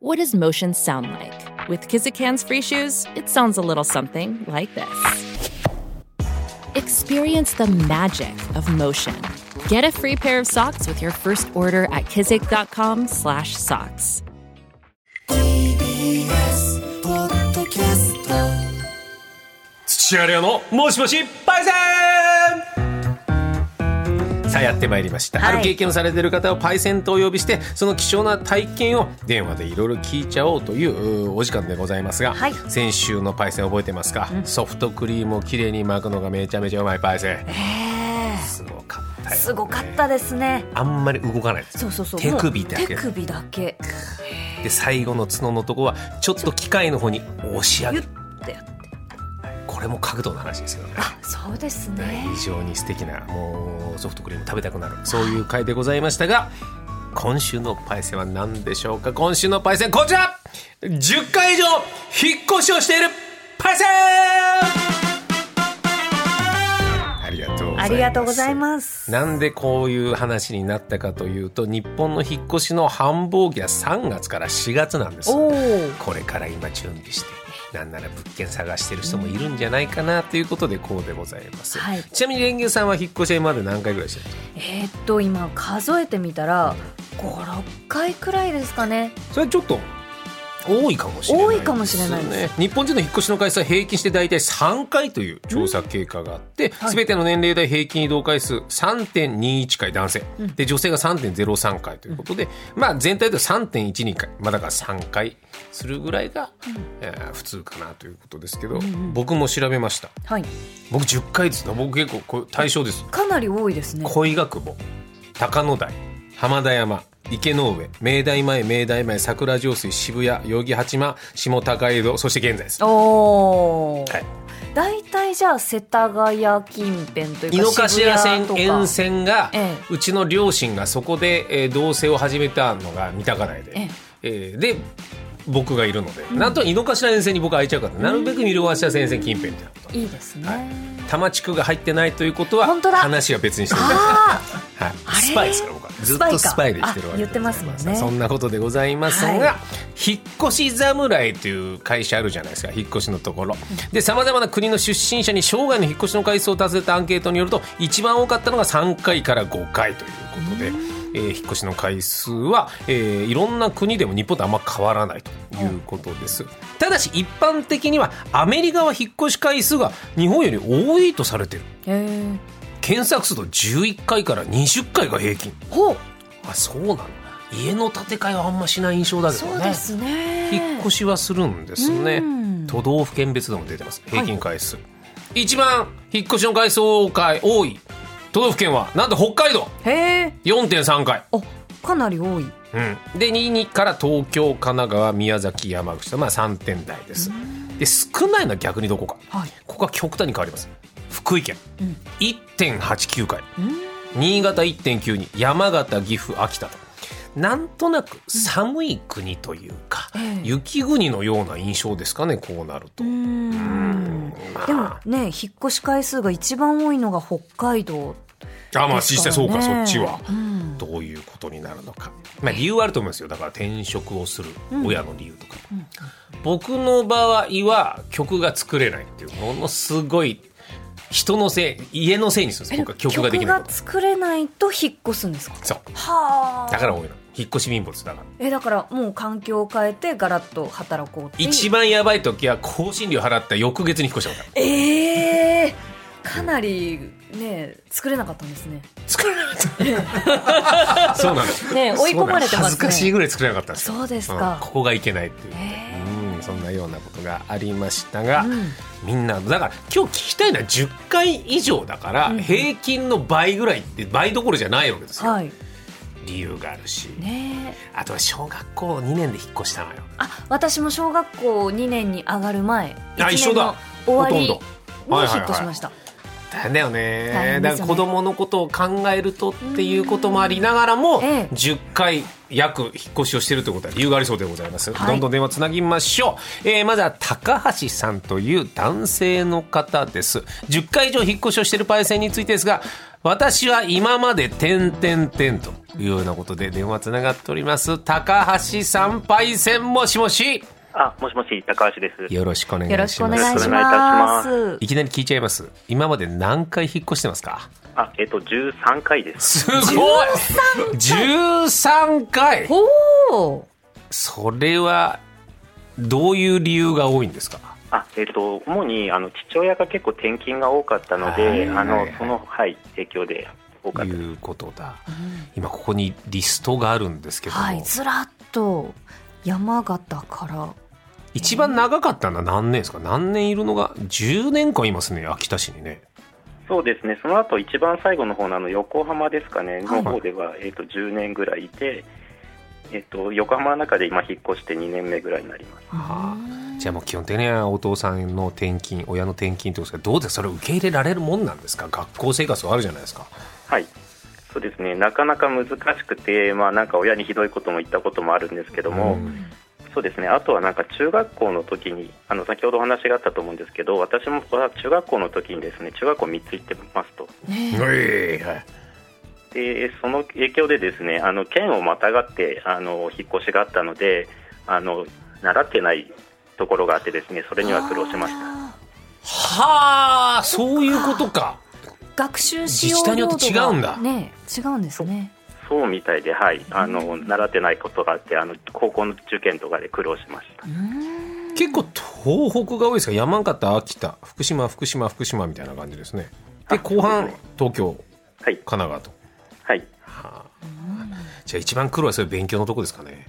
What does motion sound like? With Kizikans free shoes, it sounds a little something like this. Experience the magic of motion. Get a free pair of socks with your first order at kizik.com/socks. TBS ポッドキャスト土屋レオのもしもしパイセンさあやってまいりました、はいある経験をされている方をパイセンとお呼びしてその貴重な体験を電話でいろいろ聞いちゃおうといううーお時間でございますが、はい先週のパイセン覚えてますか、ソフトクリームをきれいに巻くのがめちゃめちゃうまいパイセンえすごかったよ、ー、ね、すごかったですね。あんまり動かないですそうそうそう。手首だけもう手首だけ。で最後の角のとこはちょっと機械の方に押し上げゆっるてやって。これも角度の話ですけどねあ、そうですねね。非常に素敵なもうソフトクリーム食べたくなるそういう回でございましたが今週のパイセンは何でしょうか今週のパイセンこちら10回以上引っ越しをしているパイセンありがとうございますありがとうございます。なんでこういう話になったかというと日本の引っ越しの繁忙期は3月から4月なんですおーこれから今準備してなんなら物件探してる人もいるんじゃないかなということでこうでございます、はいちなみに蓮華さんは引っ越しは今まで何回ぐらいしてるんですかえーっと今数えてみたら5、6回くらいですかね。それちょっと多いかもしれないです多いかもしれないで日本人の引っ越しの回数は平均して大体3回という調査結果があって、い全ての年齢代平均移動回数3.21回男性、で女性が3.03回ということで、まあ全体で3.12回、まあ、だから3回するぐらいが、えー普通かなということですけど、僕も調べましたはい。僕10回ですね僕結構こう対象ですかなり多いですね。恋ヶ久保高野台浜田山池の上明大前明大前桜上水渋谷代々木八幡下高井戸そして現在ですおお。はい大体じゃあ世田谷近辺というか井の頭渋谷線とか沿線が、ええうちの両親がそこで、えー同棲を始めたのが三鷹内で、ええーで僕がいるので、なんと井の頭沿線に僕は空いちゃうから、なるべく井の頭沿線近辺ってなこといいです ね。多摩地区が入ってないということは本当だ話は別にしてるあはい、あれスパイですから僕はずっとスパイでしてるわけであ言ってますもんねございそんなことでございますが、は引っ越し侍という会社あるじゃないですか引っ越しのところでさまざまな国の出身者に生涯の引っ越しの回数を尋ねたアンケートによると一番多かったのが3回から5回ということで、えー引っ越しの回数は、えーいろんな国でも日本とあんま変わらないということです、ただし一般的にはアメリカは引っ越し回数が日本より多いとされてるえー、検索数と11回から20回が平均ほう。あそうなんだ家の建て替えはあんましない印象だけどそうねですね。引っ越し。しはするんですねうん都道府県別でも出てます平均回数、一番引っ越しの回数多い多い都道府県はなんと北海道へえ。 4.3回あかなり多い。うん、で2位から東京神奈川宮崎山口と、まあ、3点台ですで少ないのは逆にどこか、はいここは極端に変わります福井県、1.89回、新潟1.92山形岐阜秋田となんとなく寒い国というか、ええ雪国のような印象ですかねこうなると、うーんでもね引っ越し回数が一番多いのが北海道あまあです実から際そうかねそっちは、うんどういうことになるのか、まあ、理由はあると思いますよだから転職をする親の理由とか、僕の場合は曲が作れないっていうものすごい人のせい家のせいにするんです僕は曲ができない曲こがと作れないと引っ越すんですかそうはあだから多いの引っ越し貧乏ですだからえだからもう環境を変えてガラッと働こうっていう一番やばい時は更新料払った翌月に引っ越したからええかなりね作れなかったんですね作れなかったそうなんですね追い込まれてますね恥ずかしいぐらい作れなかったんですよそうですうんかここがいけないっていう、えうん、そんなようなことがありましたが、うんみんなだから今日聞きたいのは10回以上だから、うん平均の倍ぐらいって倍どころじゃないわけですよ、はい理由があるし、ねあとは小学校2年で引っ越したのよあ私も小学校2年に上がる前あ一緒だ一年の終わりにほとんどはいはいはい引っ越しました大変だよね大変ですよねだから子供のことを考えるとっていうこともありながらも、うんええ10回約引っ越しをしているということは理由がありそうでございます、はいどんどん電話つなぎましょう、えーまずは高橋さんという男性の方です10回以上引っ越しをしているパイセンについてですが私は今まで点々点というようなことで電話つながっております高橋参拝線もしもしあ、もしもし、高橋です。よろしくお願いしますよろしくお願いしよろしくお願まいいたしますいきなり聞いちゃいます今まで何回引っ越してますかあ、えっ、と、13回です。すごい13回ほうそれはどういう理由が多いんですかあ、えっ、と、主に、あの、父親が結構転勤が多かったので、はいはいはいあの、その、はい、影響で多かいったです。うことだ、今ここにリストがあるんですけども、はいずらっと山形から一番長かったのは何年ですか何年いるのが10年間いますね秋田市にねそうですね、その後、一番最後の方のあの、横浜ですかね、の方では、えっ、と、10年ぐらいいて、えっ、と、横浜の中で今、引っ越して2年目ぐらいになります。あじゃあもう基本的にはお父さんの転勤親の転勤ってことですけどどうでそれを受け入れられるもんなんですか学校生活はあるじゃないですかはい。そうですね、なかなか難しくて、まあ、なんか親にひどいことも言ったこともあるんですけども、うんそうですねあとはなんか中学校の時にあの先ほどお話があったと思うんですけど私もは中学校の時にですね中学校3つ行ってますとねはいはいでその影響でですねあの県をまたがってあの引っ越しがあったのであの習ってないところがあってですねそれには苦労しましたあはあそういうことかー学習しよ自治う体によって違うんだね違うんですねそうみたいではいあの習ってないことがあってあの高校の受験とかで苦労しました結構東北が多いですか山形秋田福島福島福島みたいな感じですねであ後そう半です東京はい神奈川とはいじゃあ一番苦労はそれ勉強のとこですかね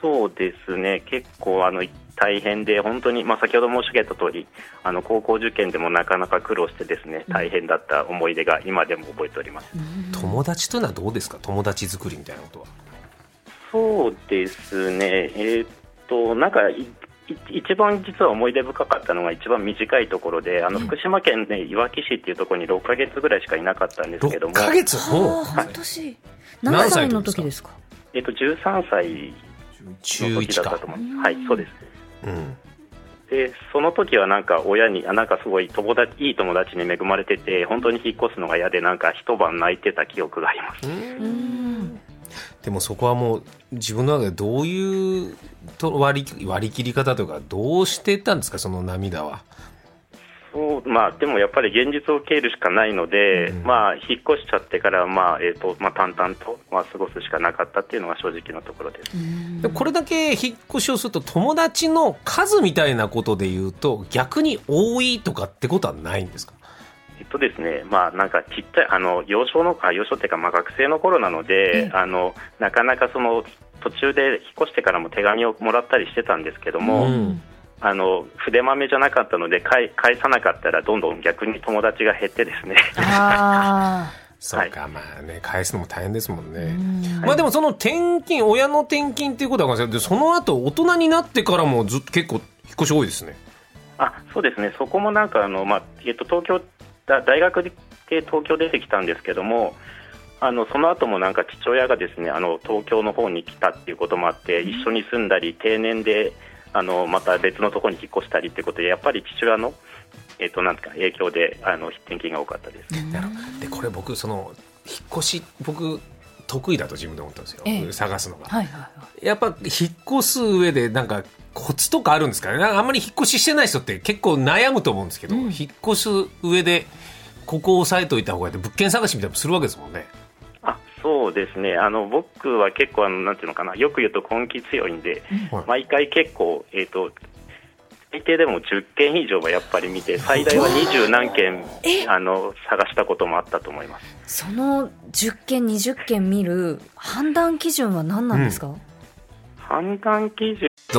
そうですね、結構あの大変で、本当に、まあ、先ほど申し上げた通り、あの高校受験でもなかなか苦労して、ですね大変だった思い出が今でも覚えております。友達というのはどうですか友達作りみたいなことはそうですね、えーっと、なんかいい一番実は思い出深かったのが、一番短いところで、あの福島県で、いわき市っていうところに6か月ぐらいしかいなかったんですけど6も、ヶ月はもあ半年何何歳歳のの時時でですかえーっと13歳中の時1だったかと思います。はい、そうですうんでその時はなんか親にあなんかすごい友達いい友達に恵まれてて本当に引っ越すのが嫌でなんか一晩泣いてた記憶がありますうんでもそこはもう自分の中でどういうと割り割り切り方とかどうしてたんですかその涙はそう、まあ、でもやっぱり現実を受け入れるしかないので、うんまあ、引っ越しちゃってから、まあえーとまあ、淡々と、まあ、過ごすしかなかったっていうのが正直なところです、でこれだけ引っ越しをすると友達の数みたいなことで言うと逆に多いとかってことはないんですかえっとですねまあ、なんかちっちゃいあの幼少のあ幼少っていうか、まあ、学生の頃なので、あのなかなかその途中で引っ越してからも手紙をもらったりしてたんですけども、うんあの筆まめじゃなかったので返返さなかったらどんどん逆に友達が減ってです ねあそうか、まあね返すのも大変ですもんね、ーうんまあでもその転勤親の転勤っていうことは分かりますけどその後大人になってからもずっと結構引っ越し多いですねあそうですねそこもなんかあの、まあえっと、東京だ大学で東京出てきたんですけどもあのその後もなんか父親がですねあの東京の方に来たっていうこともあって一緒に住んだり定年であのまた別のところに引っ越したりってことでやっぱり父親の、えっと、なんですか影響であの転勤が多かったです。なるほどでこれ僕その引っ越し僕得意だと自分で思ったんですよ、ええ探すのがはいはいはやっぱ引っ越す上でなんかコツとかあるんですかねなんかあんまり引っ越ししてない人って結構悩むと思うんですけど、うん引っ越す上でここを押さえといた方がいいって物件探しみたいなのもするわけですもんねあそうですね、あの僕は結構あの、なんていうのかな、よく言うと根気強いんで、はい毎回結構、えーと、最低でも10件以上はやっぱり見て、最大は二十何件あの探したこともあったと思います。いその10件20件見る判断基準は何なんですか、判断基準 The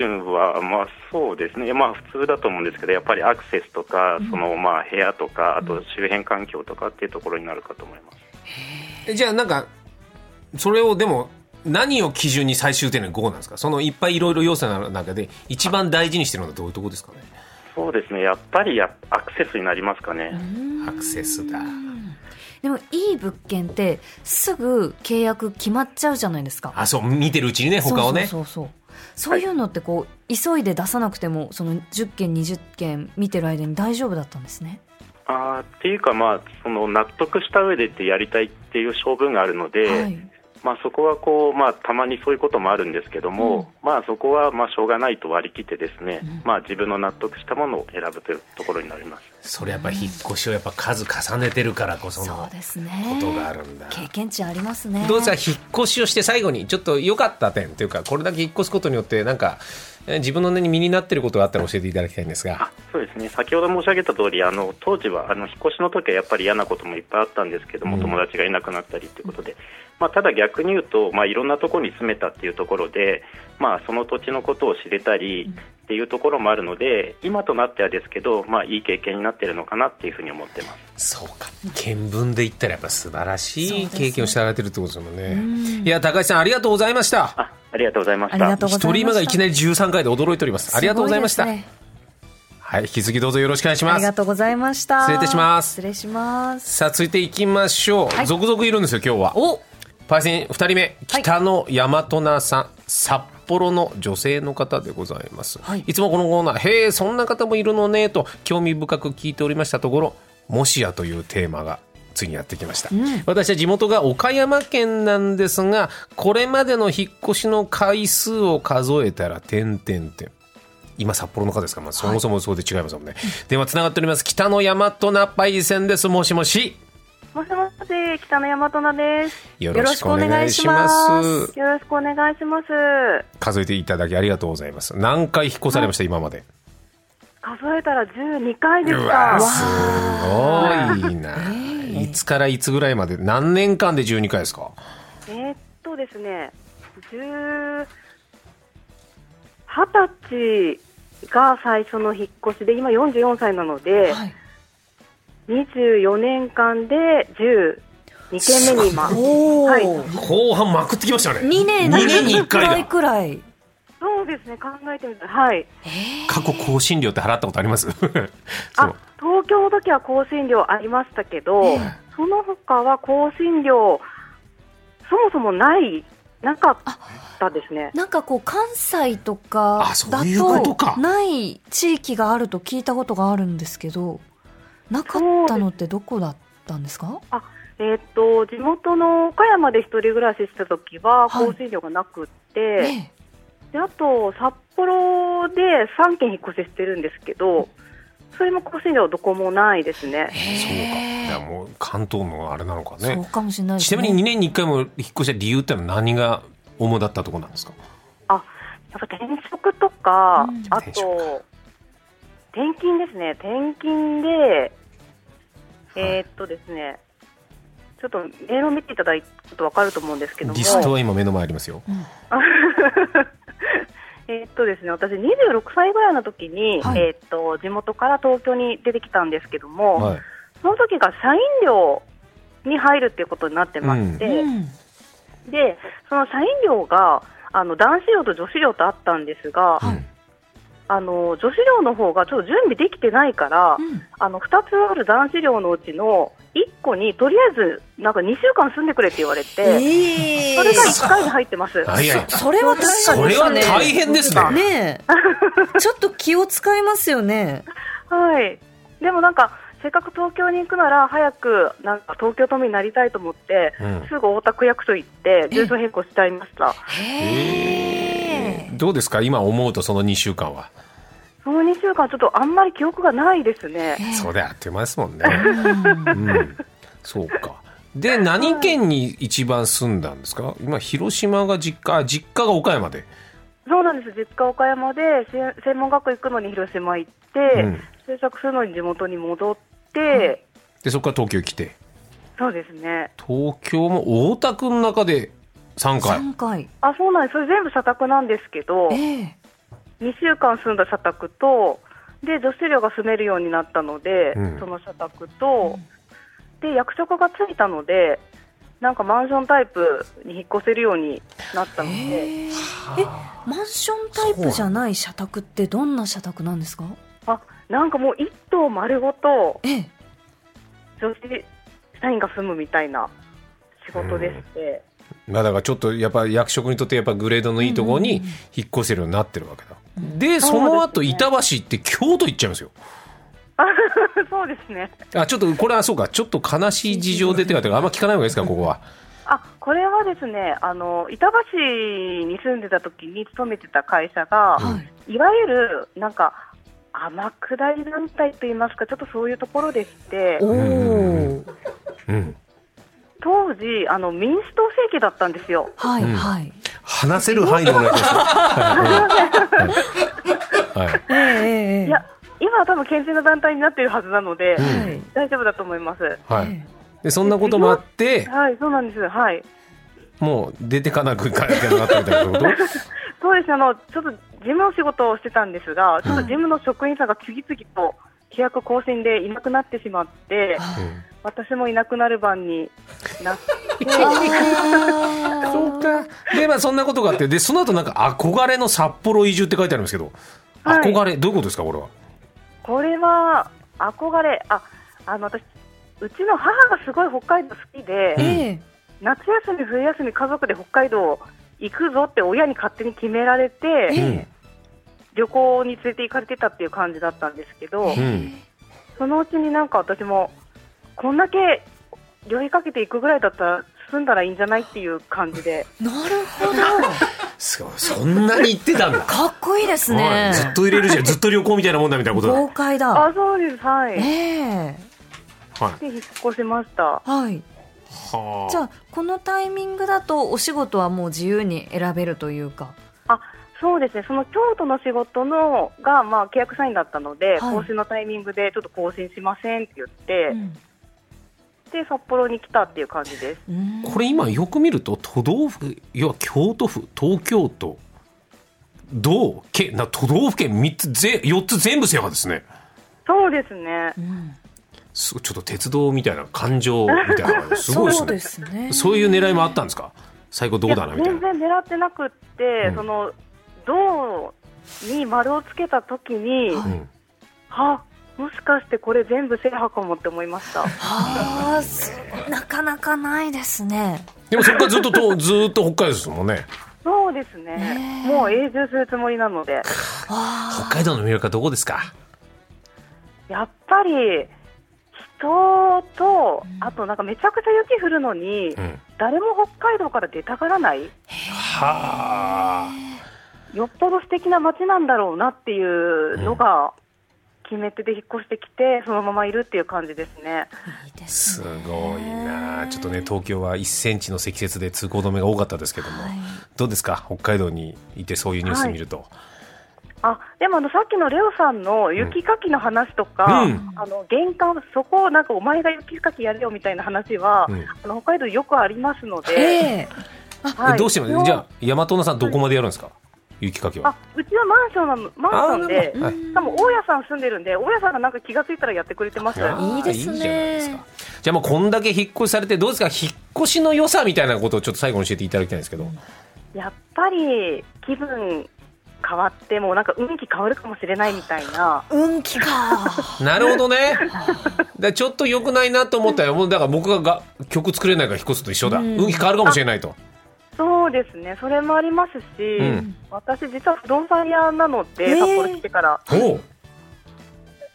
は、まあ、そうですね、まあ、普通だと思うんですけど、やっぱりアクセスとか、そのまあ、部屋とか、あと周辺環境とかっていうところになるかと思います。えじゃあなんかそれをでも何を基準に最終点の5なんですかそのいっぱいいろいろ要素の中で一番大事にしてるのはどういうとこですかねそうですね、やっぱりやアクセスになりますかね。アクセスだでもいい物件ってすぐ契約決まっちゃうじゃないですかあそう見てるうちにね他をねそうそうそうそうそういうのってこう急いで出さなくてもその10件20件見てる間に大丈夫だったんですねあーっていうか、まあ、その納得した上でってやりたいっていう性分があるので、はいまあ、そこはこう、まあ、たまにそういうこともあるんですけども、まあ、そこはまあしょうがないと割り切ってですね、まあ、自分の納得したものを選ぶというところになります。それやっぱ引っ越しをやっぱ数重ねてるからこそそうのですねことがあるんだ経験値ありますねどうですか引っ越しをして最後にちょっと良かった点というかこれだけ引っ越すことによってなんかえー自分の根に身になってることがあったら教えていただきたいんですがあそうですね先ほど申し上げた通りあの当時はあの引っ越しの時はやっぱり嫌なこともいっぱいあったんですけども、うん友達がいなくなったりということで、まあ、ただ逆に言うと、まあ、いろんなところに住めたっていうところで、まあ、その土地のことを知れたりっていうところもあるので今となってはですけど、まあ、いい経験になってるのかなっていうふうに思ってます。そうか見聞で言ったらやっぱ素晴らしい経験をしてられてるってことですもんねうんいや高橋さんありがとうございましたあありがとうございましありがたとうございました一人目がいきなり13回で驚いておりますありがとうございました、すごですねはい引き続きどうぞよろしくお願いしあまりがすとうございました失礼いたします失礼しますさあ続いていきましょう、はい続々いるんですよ今日はおパイセン2人目はい北野大和菜さん、札幌の女性の方でございます、はいい、つもこのコーナー「へえそんな方もいるのね」と興味深く聞いておりましたところ「もしや」というテーマがついにやってきました、私は地元が岡山県なんですがこれまでの引っ越しの回数を数えたら点々点今札幌の方ですから、まあ、そもそもそうで違いますもんね、電話つながっております北野大和菜パイセンですもしもしもしもし、北野大和菜です。よろろししくくおお願願いいししまますすよろしくお願いします。数えていただきありがとうございます何回引っ越されました今まで数えたら12回でうしわた。すごいな、いつからいつぐらいまで何年間で12回ですかえーっとですね、10 20歳が最初の引っ越しで、今44歳なので、はい24年間で12件目に今。おお、はい後半まくってきましたね2年二年にに一1回回だくらいそうですね、考えてみたら、はい。過去更新料って払ったことあります そあう東京の時は更新料ありましたけど、その他は更新料、そもそもない、なかったですね。なんかこう関西とかあそだういうこととかない地域があると聞いたことがあるんですけどなかったのってどこだったんですかえーっと地元の岡山で一人暮らしした時ははい更新料がなくって、えであと札幌で3軒引っ越ししてるんですけどそれも更新料どこもないですねえそうかいやもう関東のあれなのかねそうかもしれないでちすなみに2ね年に1回も引っ越した理由ってのは何が主だったところなんですかあやっぱ転職とか、うんあ転職と転勤ですね転勤でえーっとですねちょっとメールを見ていただいて分かると思うんですけどもリストは今目の前ありますよ えーっとですね、私、26歳ぐらいの時に、はいえーっと地元から東京に出てきたんですけども、はいその時が社員寮に入るっていうことになってまして、うんでその社員寮があの男子寮と女子寮とあったんですが、うんあの女子寮の方がちょっと準備できてないから、うんあの2つある男子寮のうちの1個にとりあえずなんか2週間住んでくれって言われて、ええそれが1回に入ってます。あいやいやそそれは確かにそれは大変ですねねえちょっと気を使いますよねはい。でもなんか、せっかく東京に行くなら、早く、なんか東京都民になりたいと思って、うんすぐ大田区役所行って、住所変更しちゃいました。へえどうですか今思うとその2週間はその2週間、ちょっとあんまり記憶がないですね。そうだよあっという間ですもんね。うん、そうか。で何県に一番住んだんですか。今広島が実家、あ実家が岡山で。そうなんです。実家岡山で、せ専門学校行くのに広島行って、うん就職するのに地元に戻って、でそこから東京来て、そうですね。東京も大田区の中で3回。 3回あ、そうなんです。それ全部社宅なんですけど、ええ2週間住んだ社宅とで女子寮が住めるようになったので、うんその社宅と、で役職がついたのでなんかマンションタイプに引っ越せるようになったので、えマンションタイプじゃない社宅ってどんな社宅なんですかあなんかもう一棟丸ごとええ女子社員が住むみたいな仕事でして、まあだからちょっとやっぱ役職にとってやっぱグレードのいいところに引っ越せるようになってるわけだ。で、その後板橋って京都行っちゃいますよ。 そうですね。あ、ちょっとこれはそうか、ちょっと悲しい事情でってか、あんま聞かない方がいいですか、ここは。あこれはですねあの板橋に住んでた時に勤めてた会社が、い、わゆるなんか天下り団体といいますかちょっとそういうところでしておおうん。当時あの民主党政権だったんですよ。はいはい話せる範囲でお願いします。はいはい。はいええええええいや今は多分健全な団体になっているはずなので、はい大丈夫だと思います。はい。で、そんなこともあって、はい、そうなんです。はい。もう出てかなくいかなきゃなってみたいなこと。そうですね。あの、ちょっと事務の仕事をしてたんですが、ちょっと事務の職員さんが次々と契約更新でいなくなってしまって、私もいなくなる番になって、そうか。で、まあそんなことがあって、で、その後なんか憧れの札幌移住って書いてありますけど、はい憧れ、どういうことですか、これは。これは憧れ、あ、あの、私、うちの母がすごい北海道好きで、うんええ夏休み、冬休み、家族で北海道行くぞって親に勝手に決められえて、え旅行に連れて行かれてたっていう感じだったんですけどう、ん。そのうちになんか私も、こんだけ酔いかけていくぐらいだったら、住んだらいいんじゃないっていう感じで、なるほどすごい。そんなに言ってたんだ。かっこいいですはねいずっと入れるじゃんずっと旅行みたいなもんだみたいなことだ豪快だあ、そうです、はい。えで、えはい引っ越しました。はいはあじゃあこのタイミングだとお仕事はもう自由に選べるというかそうですね、その京都の仕事のが、まあ、契約社員だったのはで、い更新のタイミングで、ちょっと更新しませんって言って、うんで、札幌に来たっていう感じです。うんこれ今よく見ると都道府要は京都府東京都道県な都道府県3つぜ4つ全部制覇ですねそうですねう。んすちょっと鉄道みたいな感情みた いなのがすごいですそうねですねそういう狙いもあったんですか最後どうだなみたい全な然狙ってなくって、うんその、銅に丸をつけた時に、うんはもしかしてこれ全部制覇かもって思いま した。はあすなかなかないですねでもそこからずっととずーっと北海道ですもんねそうですね。もう永住するつもりなので、 北海道の魅力はどこですかやっぱり人と、あとなんかめちゃくちゃ雪降るのに、ん誰も北海道から出たがらない、はあよっぽど素敵な街なんだろうなっていうのが決め手で引っ越してきて、そのままいるっていう感じですね。いいですすごいなあちょっとね東京は1センチの積雪で通行止めが多かったですけども、はいどうですか北海道にいてそういうニュース見ると、あでもあのさっきのレオさんの雪かきの話とか、うんあの玄関、そこをなんかお前が雪かきやれよみたいな話は、うんあの北海道よくありますので、ええはいえどうしてもじゃあ大和野さんどこまでやるんですか雪かきはあうちはマンションなのマンションであなるほどはいしかも大家さん住んでるんで大家さんがなんか気がついたらやってくれてますやーいいですねじゃないですかじゃあもうこんだけ引っ越しされてどうですか引っ越しの良さみたいなことをちょっと最後に教えていただきたいんですけど、やっぱり気分変わってもうなんか運気変わるかもしれないみたいな運気かなるほ どねだちょっと良くないなと思ったよもうだから僕がが曲作れないから引っ越すと一緒だ、うん運気変わるかもしれないとそうですねそれもありますし、うん私実は不動産屋なので、えー札幌来てからおう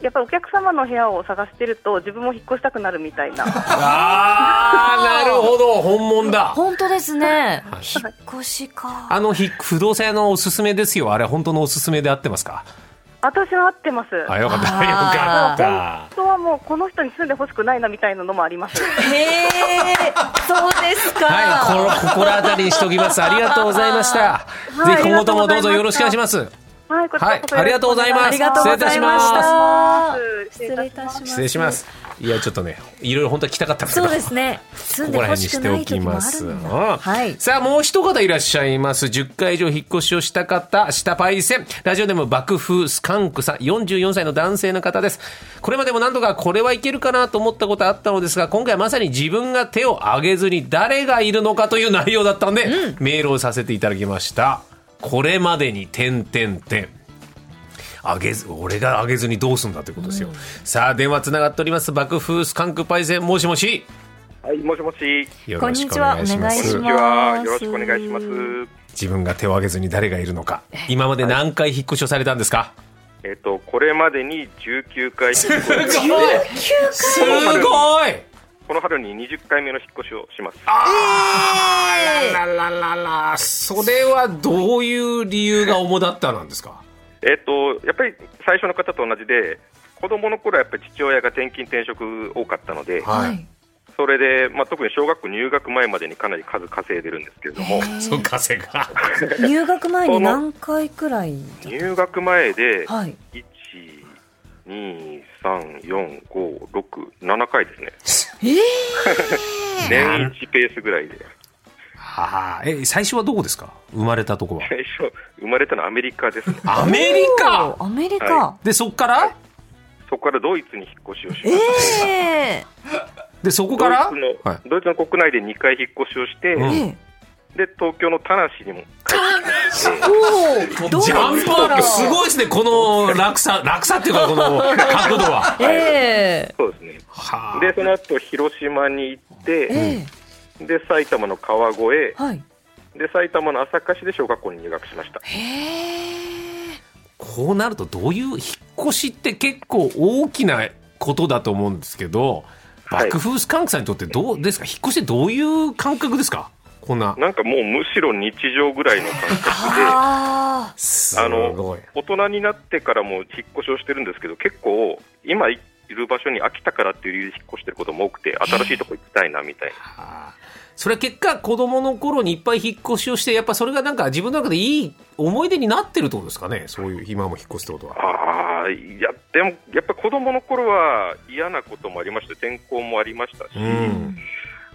やっぱりお客様の部屋を探してると自分も引っ越したくなるみたいな あーなる ほど本物だ本当ですねはい引っ越しかあのひ不動産屋のおすすめですよあれ本当のおすすめで合ってますか私は合ってますあよかったよかあーった本当はもうこの人に住んでほしくないなみたいなのもありますへえそうですかはい、この心当たりにしときます。ありがとうございました。はいぜひ今後ともどうぞよろしくお願いします。はい、こちらこそはいありがとうございますありがとうございま失礼いたしした失礼いたします失礼します。いやちょっとねいろいろ本当は来たかったんですけそどうですね。住んでほしくない時もあるんだ。うんはい。さあ、もう一方いらっしゃいます。10回以上引っ越しをした方、したパイセン。ラジオでも爆風スカンクさん、44歳の男性の方です。これまでも何度かこれはいけるかなと思ったことあったのですが、今回まさに自分が手を挙げずに誰がいるのかという内容だったので、メールをさせていただきました。これまでに点々点。上げず、俺が上げずにどうすんだということですよ。さあ、電話つながっております。爆風スカンクパイセン、もしもし。はい、もしもし。よこんろにしくちおは。願おいしま願いすしこんにまちは。す。よろしくお願いします。自分が手を挙げずに誰がいるのか今まで何回引っ越しをされたんですかえっ、と、これまでに19回 引っ越しごいすごいこの春に20回目の引っ越しをします。あらららららそれはどういう理由が主だったなんですかえっ、と、やっぱり最初の方と同じで、子供の頃はやっぱり父親が転勤転職多かったので、ははいい。それで、まあ、特に小学校入学前までにかなり数稼いでるんですけれども、そうかせが入学前に何回くらいだ入学前で、はい。 1、2、3、4、5、6、7回ですね。 年1ペースぐらいで。はあえ最初はどこですか生まれたとこは最初、生まれたのはアメリカですね。アメリカおーアメリカは。でそっからそこからドイツに引っ越しをしまえした。え。でそこドかイらツの、はいドイツの国内で2回引っ越しをして、うんええ。で東京の田無にもおお。どうジャンプアップすごいですねこの落差落差っていうかこの角度はええ。そうですねはあでその後広島に行って、えで埼玉の川越え。はい。で埼玉の朝霞市で小学校に入学しましたこうなるとどういう引っ越しって結構大きなことだと思うんですけど、はい爆風スカンクさんにとってどうですか引っ越しってどういう感覚ですかこんな。なんかもうむしろ日常ぐらいの感 覚でああ。すあごのい。大人になってからも引っ越しをしてるんですけど結構今いる場所に飽きたからっていう理由で引っ越してることも多くて新しいとこ行きたいなみたいなあーそれは結果子供の頃にいっぱい引っ越しをしてやっぱそれがなんか自分の中でいい思い出になってるってことですかねそういう今も引っ越すってことは。ああいやでもやっぱ子供の頃は嫌なこともありまして転校もありましたし、うん。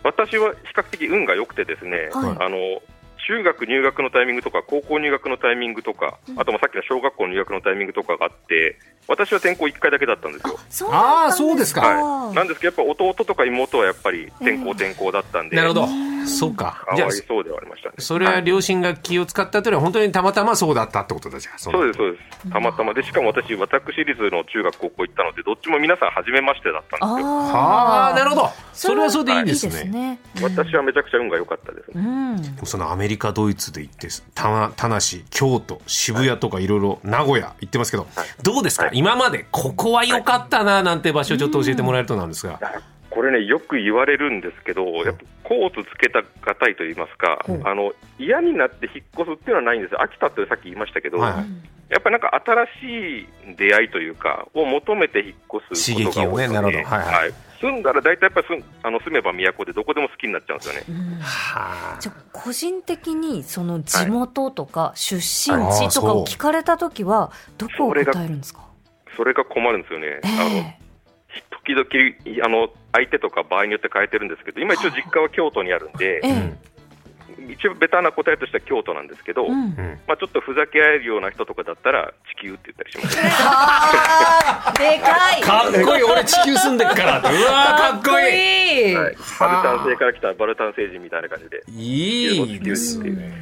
私は比較的運が良くてですね、はいあの中学入学のタイミングとか高校入学のタイミングとか、あともさっきの小学校入学のタイミングとかがあって私は転校1回だけだったんですよ、そうだったんあーそうですかはい、なんですけどやっぱ弟とか妹はやっぱり転校転校だったんで、なるほど。そうかか。じゃわあいそうではありましたねそれは両親が気を使ったというのは本当にたまたまそうだったってことだじゃあ。そそうですそうですたまたまでしかも私私立の中学高校行ったのでどっちも皆さん初めましてだったんですよはああなるほど。それはそれでいいいいでですすね。ね。私はめちゃくちゃ運が良かったですねうん。そのアメリカドイツで行って田田無京都渋谷とかいろいろ名古屋行ってますけど、どうですか、はい今までここは良かったななんて場所をちょっと教えてもらえるとなんですが、これね、よく言われるんですけど、やっぱコーツつけたがたいと言いますか、あの嫌になって引っ越すっていうのはないんですよ、秋田ってさっき言いましたけど、はいはいやっぱなんか新しい出会いというか、を求めて引っ越すこと刺が多いので激をねなるほどはいはい住んだら大体やっぱり住んあの住めば都でどこでも好きになっちゃうんですよね。はあじゃあ個人的にその地元とか出身はいあー地とかそうを聞かれた時はどこを答えるんですか。それが困るんですよね。あのえ時々あの相手とか場合によって変えてるんですけど、今一応実家は京都にあるんでえ、え一応ベタな答えとしては京都なんですけど、え。うん。まあ、ちょっとふざけ合えるような人とかだったら地球って言ったりします、ね、ああでかい。かっこいい俺地球住んでっから ってうわーかっこいいいいはい、バルタン星から来たバルタン星人みたいな感じでいいですね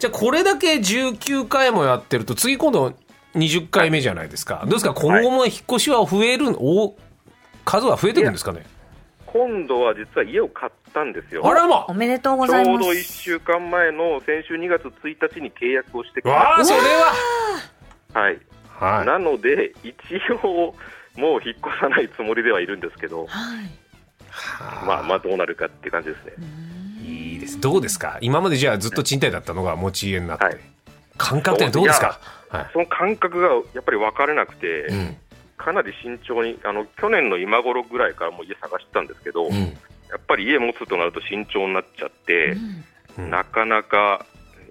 じゃあこれだけ19回もやってると次今度20回目じゃないですかどうですか今後も引っ越しは増えるお数は増えていくんですかね今度は実は家を買ったんですよあらまおめでとうごちざいょうますど。1週間前の先週2月1日に契約をしてきわまあそれはした、はいはいなので一応もう引っ越さないつもりではいるんですけど、まあまあどうなるかっていう感じですねいいです。どうですか今までじゃあずっと賃貸だったのが持ち家になって。はい感覚的にはどうですかはい。その感覚がやっぱり分からなくて、うん。かなり慎重にあの去年の今頃ぐらいからもう家探してたんですけど、うん。やっぱり家持つとなると慎重になっちゃって、うんなかなか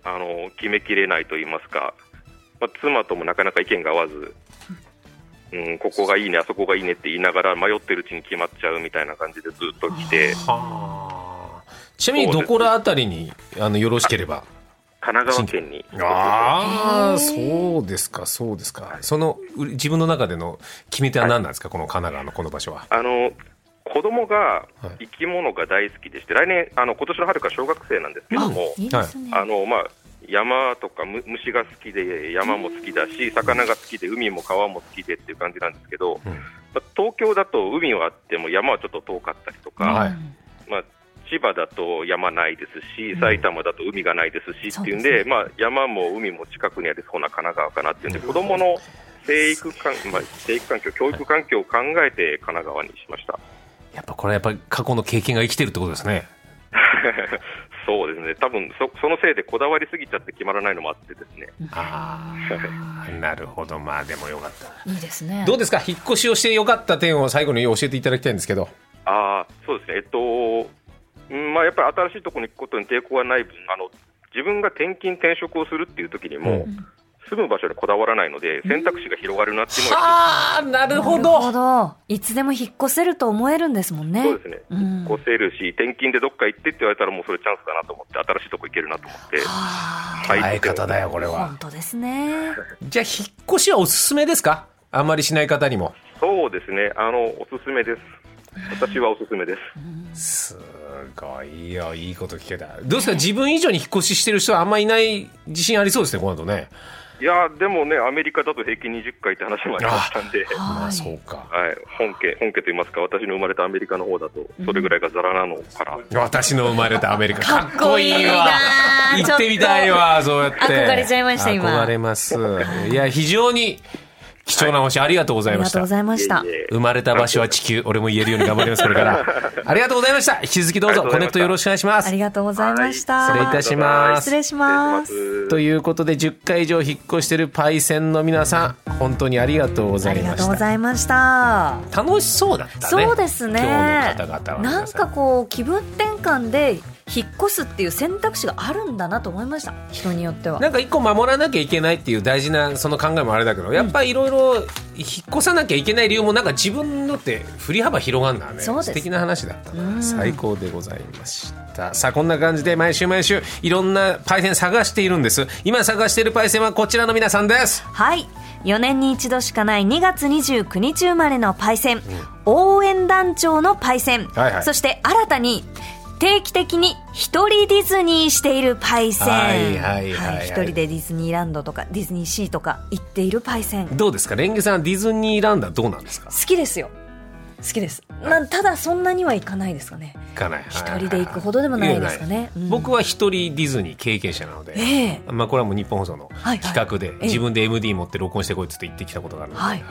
あ の決めきれないと言いますか、まあ、妻ともなかなか意見が合わず、うん、ここがいいね、あそこがいいねって言いながら迷ってるうちに決まっちゃうみたいな感じでずっと来て、はあちなみにどこらあたりにあのよろしければ神奈川県に。ああそうですかそうですかそのう自分の中での決め手は何なんですか、この神奈川のこの場所はあの子供がはい生き物が大好きでして、来年、あの今年の春から小学生なんですけども、いいですね。あのまあ、山とかむ虫が好きで、山も好きだし、魚が好きで、海も川も好きでっていう感じなんですけど、うんまあ東京だと海はあっても山はちょっと遠かったりとか、はいまあ、千葉だと山ないですし、埼玉だと海がないですしっていうんそうでで、すまあ、山も海も近くにありそうな神奈川かなっていうんで、子どもの生育環、まあ、生育環境、教育環境を考えて神奈川にしました。 やっぱこれはやっぱり過去の経験が生きてるってことですねそうですね、多分そそのせいでこだわりすぎちゃって決まらないのもあってですね。ああ なるほどまあでもよかったいいですね。どうですか引っ越しをしてよかった点を最後に教えていただきたいんですけどああ、そうですね、えっと、うんまあ、やっぱり新しいところに行くことに抵抗がない分、あの自分が転勤、転職をするっていう時にも、う住む場所にこだわらないので、選択肢が広がるなっていうのが、はあなるなほるほどど。いつでも引っ越せると思えるんですもんね。そうですね、うん越せるし、転勤でどっか行ってって言われたら、もうそれチャンスだなと思って、新しいとこ行けるなと思って、はあは相方だよこれ本は当ですね。じゃあ引っ越しはおすすめですかあんまりしない方にもそうですね、あのおすすめです、私はおすすめです。すごいよいいこと聞けたどうですか自分以上に引っ越ししてる人はあんまいない自信ありそうですねこの後ねいやーでもね、アメリカだと平均20回って話もありましたんで。まはあい。そうかはい、本家本家といいますか私の生まれたアメリカの方だとそれぐらいがザラなのかな、私の生まれたアメリカかっこいいわかっこいいな行ってみたいわそうやって憧れちゃいました今憧れますいや非常に貴重なお話ありがとうござありいまがしとうたございました。いえいえ生まれた場所は地球俺も言えるように頑張りますこれからありがとうございました引き続きどうぞありがとうごコざいましたネクトよろしくお願いしまあすりがとうございました。失礼いたします失礼します。すということで10回以上引っ越してるパイセンの皆さん本当にありがとうござあいりがまとうごしたざいました。楽しそうだったねそうですね。今日の方々は皆さなんかこう気分転換で引っ越すっていう選択肢があるんだなと思いました。人によっては。なんか一個守らなきゃいけないっていう大事なその考えもあれだけど、やっぱりいろいろ引っ越さなきゃいけない理由もなんか自分のって振り幅広がるんだね。そうです素敵な話だったなうん最高でございました。さあこんな感じで毎週毎週いろんなパイセン探しているんです。今探しているパイセンはこちらの皆さんです。はい4年に一度しかない2月29日生まれのパイセン、応援団長のパイセン、はいはいそして新たに定期的に一人ディズニーしているパイセンはいはいはいはい一人でディズニーランドとかディズニーシーとか行っているパイセン好どうですか、レンゲさんディズニーランドはどうなんですか。きですよ好きですなんただそんなには行かないですかね行かない。一人で行くほどでもないですかねういやん僕は一人ディズニー経験者なので。ええまあ、これはもう日本放送はのいはい企画でええ自分で MD 持って録音してこいっつって言ってきたことがあるので、はいうん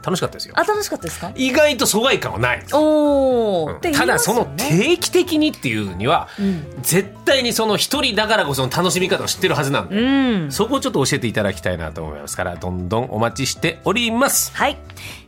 楽しかったですよあ楽しかったですか意外と疎外感はない、おお、うんって言たいまだすそよねの定期的にっていうには、ん絶対にその一人だからこその楽しみ方を知ってるはずなんで、うんそこをちょっと教えていただきたいなと思いますからどんどんお待ちしておりますはい。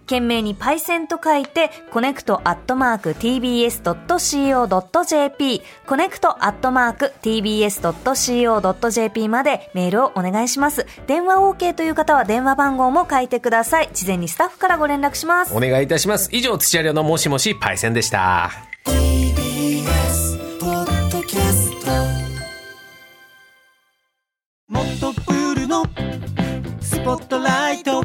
懸命にパイセンと書いて、コネクトアットマーク tbs.co.jp、コネクトアットマーク tbs.co.jp までメールをお願いします。電話 OK という方は電話番号も書いてください。事前にスタッフからご連絡します。お願いいたします以上土屋亮のもしもしパイセンでした TBS ポッドキャストもっとプールのスポットライト